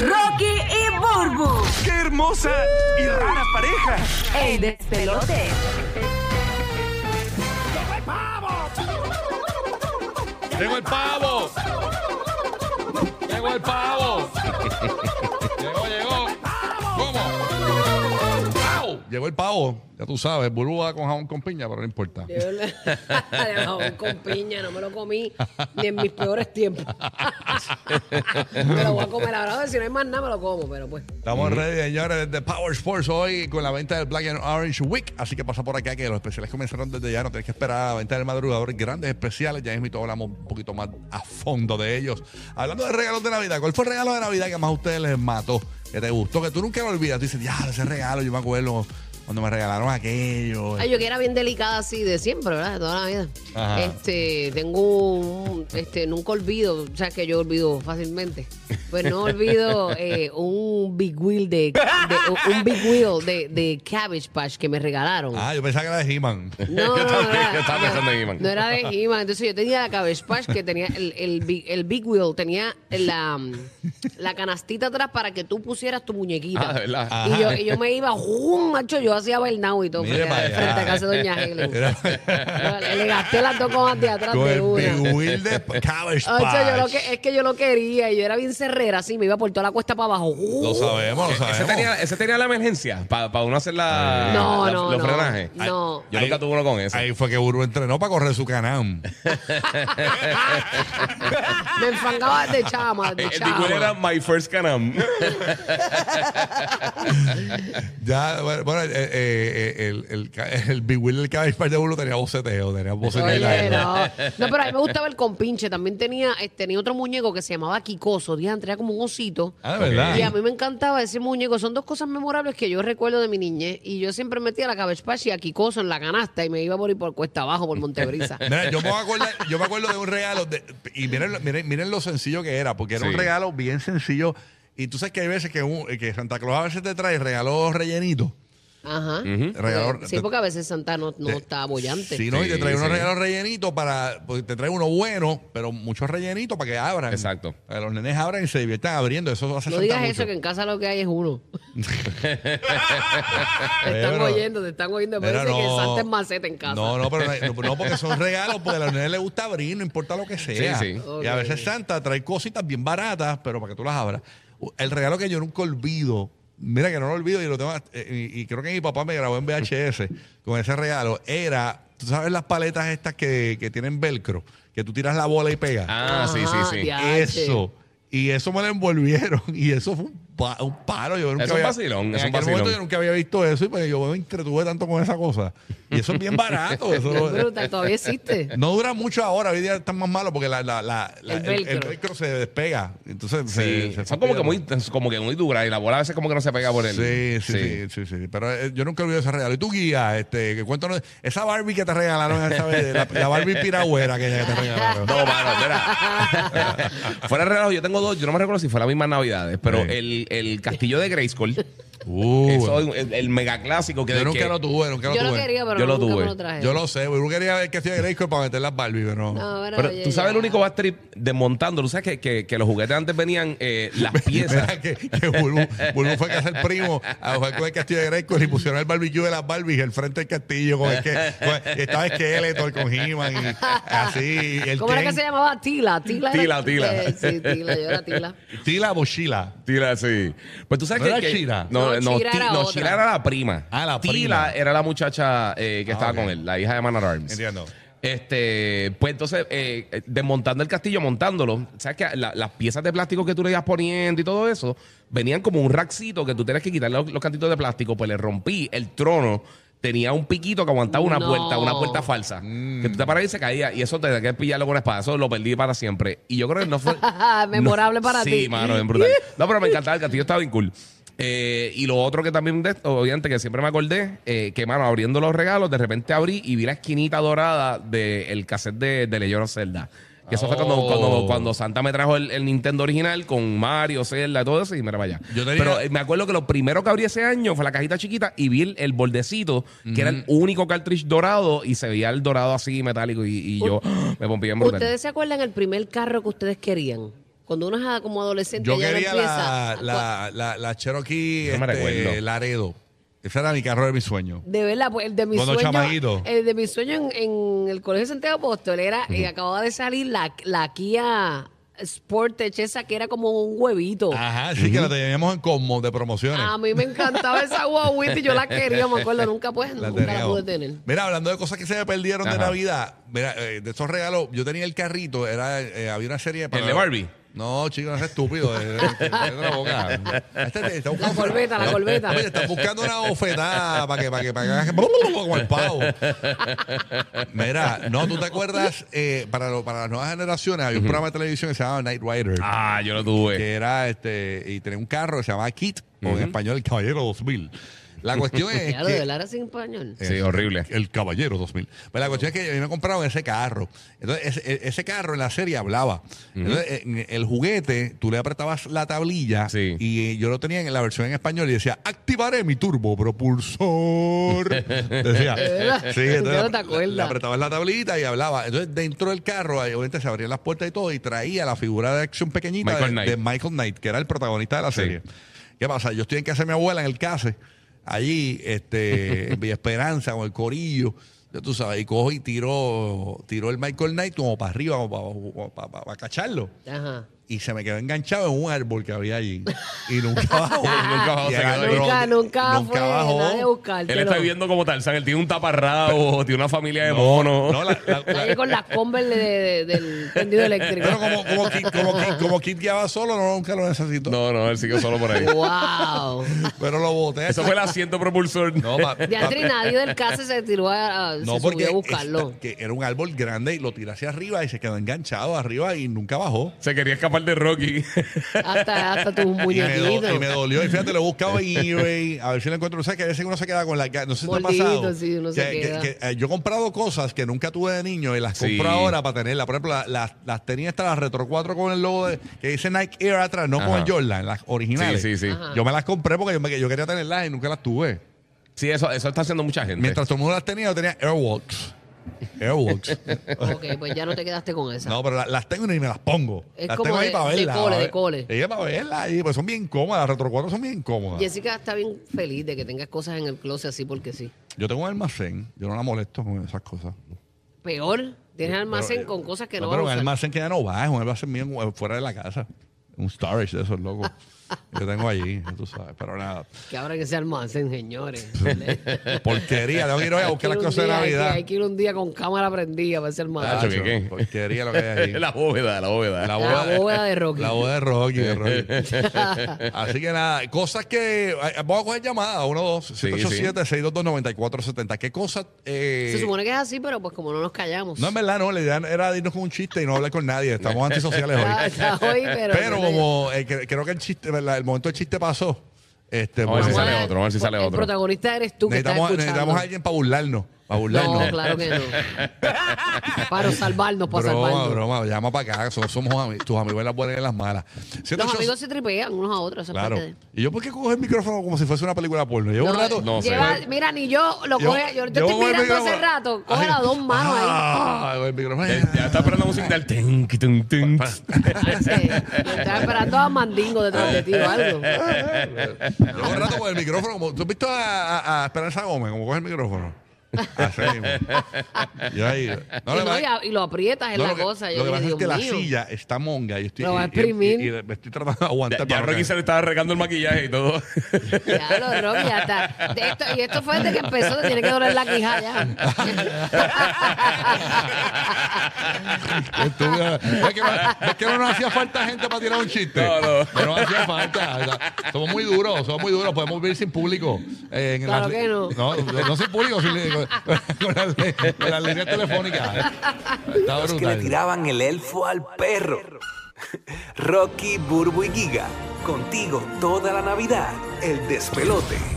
Rocky y Burbu. ¡Qué hermosa y rara pareja! El despelote. ¡Llegó el pavo! ¡Llegó el pavo! ¡Llegó, llegó! ¿Cómo? ¡Au! Llegó el pavo, ya tú sabes, burbuja con jabón con piña, pero no importa. Yo le- de jabón con piña, no me lo comí ni en mis peores tiempos. me lo voy a comer ahora, a ver, si no hay más nada, me lo como, pero pues. Estamos ready, señores, desde Power Sports hoy con la venta del Black and Orange Week. Así que pasa por acá que los especiales comenzaron desde ya. No tenés que esperar a la venta del madrugador. Grandes especiales. Ya mismo hablamos un poquito más a fondo de ellos. Hablando de regalos de Navidad, ¿cuál fue el regalo de Navidad que más a ustedes les mató? Que te gustó, que tú nunca lo olvidas. Tú dices, ya, ese regalo, yo me acuerdo cuando me regalaron aquello. Ay, yo que era bien delicada así de siempre, ¿verdad? De toda la vida. Ajá. Este, tengo un, este, nunca olvido, o sea que yo olvido fácilmente. Pues no olvido eh, un big wheel de, de- un big wheel de, de Cabbage Patch que me regalaron. Ah, yo pensaba que era de He-Man. No, Yo no, también, no, yo estaba pensando en He-Man. No era de He-Man. Entonces yo tenía la Cabbage Patch que tenía el, el, Big- el Big Wheel, tenía la, la canastita atrás para que tú pusieras tu muñequita. Ah, de verdad. Y yo, y yo me iba, ¡jum! macho, yo hacía Bernau y todo. Mire frente, para allá. a- frente a casa de Doña Helen. Era- Le le gasté las dos comas de atrás Con de el una. Big Wheel de Cabbage Ocho, yo lo Patch. que, es que yo lo quería y yo era bien cerrera, así, me iba por toda la cuesta para abajo. ¡Uh! Lo sabemos, lo Ese sabemos. tenía, ese tenía la emergencia para uno hacer la, No, la- no, los no. frenajes. No. Yo nunca tuve uno con eso. Ahí fue que Burbu entrenó para correr su canam. Me enfangaba de chama, Eh, El de el Big Wheel era chama. My First Canam. Ya, bueno, bueno, eh, eh, eh, el, el, ca- el Big Wheel del Cabbage Patch de Burbu tenía boceteo, tenía boceteo. en la Oye, jeva. no. No, pero a mí me gustaba el compinche. También tenía, eh, tenía otro muñeco que se llamaba Kikoso. Diantre, era como un osito. Ah, de verdad. Y a mí me encantaba ese muñeco. Son dos cosas memorables que yo recuerdo de mi niñez. Y yo siempre metía la Cabbage Patch y a Kikoso en la canasta y me iba por ir por cuesta abajo, por Montebrisa. Mira, yo me, voy a acordar- yo me acuerdo de un regalo, de- y miren, lo- miren, miren lo sencillo que era, porque era un Sí. regalo bien sencillo. Y tú sabes que hay veces que, un- que Santa Claus a veces te trae regalos rellenitos. Ajá. ¿Mm? Regalos- Sí, porque a veces Santa no, no te- está bollante. Sí, ¿no? y te Sí, trae unos sí. regalos rellenitos para. porque te trae uno bueno, pero muchos rellenitos para que abran. Exacto. Para que los nenes abran y se diviertan abriendo. Eso hace No falta digas mucho. eso, que en casa lo que hay es uno. te Pero- están oyendo, te están oyendo. Mira, Parece que el Santa es maceta en casa. No, no, pero no, no, no, porque son regalos, porque a los nenes les gusta abrir, no importa lo que sea. Sí, sí. Y a Ok. veces Santa trae cositas bien baratas, pero para que tú las abras. U- El regalo que yo nunca olvido, mira que no lo olvido y lo tengo, eh, y, y creo que mi papá me grabó en VHS con ese regalo, era, tú sabes las paletas estas que, que tienen velcro, que tú tiras la bola y pegas. Ah, sí, Ajá, sí, sí. ya. Eso. Y eso me lo envolvieron. Y eso fue un, pa- un paro. Yo nunca Es un había- vacilón, En es un aquel vacilón. momento yo nunca había visto eso. Y pues yo me entretuve tanto con esa cosa. Y eso es bien barato. eso Es no, brutal, todavía existe. no dura mucho ahora. Hoy día están más malos porque la, la- la- la- El velcro. se despega. Entonces se- Sí. se Son como que, muy, fastidia. como que muy duras y la bola a veces como que no se pega por él. Sí sí, sí, sí, sí. Pero eh, yo nunca olvido ese regalo. ¿Y tú, guía? Este, que cuéntanos, esa Barbie que te regalaron esa vez, la, la Barbie piragüera aquella que te regalaron. No, mano, mira. Fuera de reloj, yo tengo dos. Yo no me recuerdo si fue la misma Navidades, pero Sí. el, el castillo de Grayskull, Uh, eso es un- el, el mega clásico que yo nunca que- lo tuve, nunca lo Yo lo tuve. quería, pero Yo lo nunca tuve. me lo traje. Yo lo sé, yo quería ver que estoy de Grayskull para meter las Barbie, pero no. No, Pero tú sabes el único backstrip desmontando. Tú sabes que, que, que los juguetes antes venían eh, las piezas. Mira que, que Bulbu, Bulbu fue a casa del primo a jugar con el castillo de Greco y pusieron el barbecue de las Barbies el frente del castillo con el que con- estaba Skeletor con He-Man y así el ¿Cómo era que Ken- se llamaba? Tila. Tila, era- Tila, Tila. Eh, sí, Tila, yo era Tila. Tila Bochila Tila, sí. Pues tú sabes ¿No que. era que- Shira? No, No, no, Shira Ti- era no, otra. Shira era la prima. Ah, la Tila prima. era la muchacha eh, que Ah, estaba ok. con él, la hija de Man at Arms. Entiendo. Este, pues entonces, eh, eh, desmontando el castillo, montándolo, ¿sabes que la- las piezas de plástico que tú le ibas poniendo y todo eso, venían como un raxito que tú tenías que quitar los, los cantitos de plástico, pues le rompí el trono. Tenía un piquito que aguantaba una No. puerta, una puerta falsa. Que tú te paras y se caía. Y eso tenía que pillarlo con una espada. Eso lo perdí para siempre. Y yo creo que no fue. Memorable para sí, ti. mano, bien brutal. No, pero me encantaba el castillo, estaba bien cool. Eh, y lo otro que también, de, obviamente, que siempre me acordé, eh, que, mano, abriendo los regalos, de repente abrí y vi la esquinita dorada del cassette de, de Legend of Zelda. Que eso fue cuando, Oh. cuando, cuando Santa me trajo el, el Nintendo original con Mario, Zelda, todo eso, y mira para allá. Yo tenía- Pero eh, me acuerdo que lo primero que abrí ese año fue la cajita chiquita y vi el, el bordecito, que era el único cartridge dorado, y se veía el dorado así metálico, y, y yo me pompía en brutal. ¿Ustedes se acuerdan el primer carro que ustedes querían? Cuando uno es como adolescente, Yo ya no quería la, empieza. la, la, la Cherokee No me este, recuerdo. Laredo. Ese era mi carro de mi sueño. De verdad, pues el de mi Cuando chamaquito. sueño. El de mi sueño en, en el Colegio Santiago Apóstol era, eh, acababa de salir la, la Kia Sportage, esa que era como un huevito. Ajá, sí, que la teníamos en Cosmo de promociones. A mí me encantaba esa guaguita y yo la quería, me acuerdo, nunca pues, La nunca la teníamos. pude tener. Mira, hablando de cosas que se me perdieron de Ajá. Navidad, mira, eh, de esos regalos, yo tenía el carrito, era eh, había una serie de Barbie? No, chico, no seas estúpido. eh, eh, la boca. Este te- está buscando- corbeta, la corbeta. Oye, estás buscando una bofetada para que, para que, para que, como el pavo. Mira, no, ¿tú te acuerdas? eh, para, lo- para las nuevas generaciones había un programa de televisión que se llamaba Night Rider Ah, yo lo tuve. que era este y tenía un carro que se llamaba Kit o en español el Caballero 2000 la cuestión es Claro, de que, Eh, verdad era sin pañol. Sí, horrible. el Caballero 2000 pero la cuestión es que a mí me compraron ese carro entonces ese, e- ese carro en la serie hablaba entonces en el juguete tú le apretabas la tablilla Sí. y eh, yo lo tenía en la versión en español y decía activaré mi turbo propulsor decía verdad? sí, Ya entonces no te acuerdas. le apretabas la tablita y hablaba entonces dentro del carro ahí, obviamente se abrían las puertas y todo y traía la figura de acción pequeñita Michael de- Knight. de Michael Knight, que era el protagonista de la Sí. serie. ¿Qué pasa? Yo estoy en casa de mi abuela, en el case, allí, este, en Villa Esperanza, con el corillo. Ya tú sabes, y cojo y tiró, tiró el Michael Knight como para arriba, como para, para- para- para cacharlo. Ajá. Y se me quedó enganchado en un árbol que había allí. Y nunca bajó. Nunca bajó, Y se era quedó ahí. el bro- Nunca, nunca, nunca fue bajó. nadie a buscártelo. Él está viviendo como Tarzán. Él tiene un taparrabo, tiene una familia de monos. No, la- la- la- Nadie con las Converse de- de- del tendido eléctrico. pero como, como, Kid, como, Kid- como Kid guiaba solo, no, nunca lo necesito. No, no, él sigue solo por ahí. ¡Wow! Pero lo boté. Eso fue el asiento propulsor. No, pa- De pa- Andri, nadie del caso se tiró a, a- se subió a buscarlo. esta- que era un árbol grande y lo tiré hacia arriba y se quedó enganchado arriba y nunca bajó. Se quería escapar de Rocky. Hasta, hasta tus Y me, do- muñequitos. y me dolió. Y fíjate, lo he buscado en eBay. A ver si lo encuentro. O sea, que a veces uno se queda con la... ga- No sé si te ha Mordidito, pasado. sí, uno se Que- que- queda. que, eh, yo he comprado cosas que nunca tuve de niño y las Sí. compro ahora para tenerlas. Por ejemplo, la- las, las tenía estas, las Retro 4 con el logo de, que dice Nike Air atrás, no con Ajá. el Jordan, las originales. Sí, sí, sí. Yo me las compré porque yo, me- yo quería tenerlas y nunca las tuve. Sí, eso, eso está haciendo mucha gente. Mientras todo el mundo las tenía, yo tenía Airwalks. Airwalks. Ok, pues ya no te quedaste con esa. No, pero la- las tengo y me las pongo. Es las como tengo ahí de- para de verlas. cole, para de ver- cole. Ella para verlas ahí, pues son bien cómodas. Las Retro 4 son bien cómodas. Jessica está bien feliz de que tengas cosas en el closet así porque sí. Yo tengo un almacén. Yo no la molesto con esas cosas. Peor, tienes almacén Pero- con cosas que no, no, pero un vas a usar. almacén que ya no va. Es un almacén mío en- fuera de la casa. Un storage de esos locos. Yo tengo allí, ya tú sabes. Pero nada. Que abran ese almacén, señores. Porquería. Tengo que ir hoy a buscar las Hay que ir un cosas de día- hay que- Navidad. Hay que ir un día con cámara prendida para ese almacén. Tacho, ¿qué, qué? Porquería lo que hay ahí. la bóveda, la bóveda. La La bóveda de Rocky. La boda de Rocky. de Rocky. Así que nada, cosas que. eh, Vamos a coger llamadas, 1 2 787 622 9470 ¿Qué cosas? eh, Se supone que es así, pero pues como no nos callamos. no, en verdad, no. La idea era irnos con un chiste y no hablar con nadie. Estamos antisociales Está- hoy. está hoy, Ah, pero, Pero como eh, cre- creo que el chiste, ¿verdad? el momento del chiste pasó. Este, Vamos a ver si pues, sale otro, vamos a ver si sale el otro. protagonista eres tú que estás necesitamos, escuchando. necesitamos a alguien para burlarnos. Para burlarnos. No, claro que no. Para salvarnos, para Broma, salvarnos. broma, llama para acá, somos, somos ami- tus amigos en las buenas y en las malas. Los 188 amigos se tripean unos a otros. eso es Claro. parte de- ¿Y yo por qué cojo el micrófono como si fuese una película porno? Llevo un No, rato. No sé. lleva- Mira, ni yo lo Yo- coge. yo Yo, yo estoy cojo el mirando hace micrófono. rato. Coge las dos manos ahí. Ah, el micrófono. Ya, ya está esperando música del tin, ki, tin, tin. Este, yo estaba esperando a Mandingo detrás de ti o algo. Llevo un rato con el micrófono. Como, ¿Tú has visto a, a- a Esperanza Gómez como coge el micrófono? Así mismo. Y ahí. No, y, le no, va- y a- y lo aprietas en no, la lo que- cosa. lo Yo que dije, pasa es Dios que la mío. silla está monga. Yo estoy, Lo va a y- y- y- exprimir. y me estoy tratando de aguantar. Ya, ya para no Rocky caer. se le estaba regando el maquillaje y todo. Ya lo Rocky, ya está. De esto- y esto fue desde que empezó, te tiene que doler la quija ya. Estúpido. Es que, no- es que no nos hacía falta gente para tirar un chiste. No, no. No nos hacía falta. O sea, Somos muy duros, somos muy duros. Podemos vivir sin público. Eh, en Claro las- que no. no. no sin público, sin, con, con las li- con las líneas telefónicas. Está Los que le brutal. tiraban el elfo al perro. Rocky, Burbu y Giga, contigo toda la Navidad, el despelote.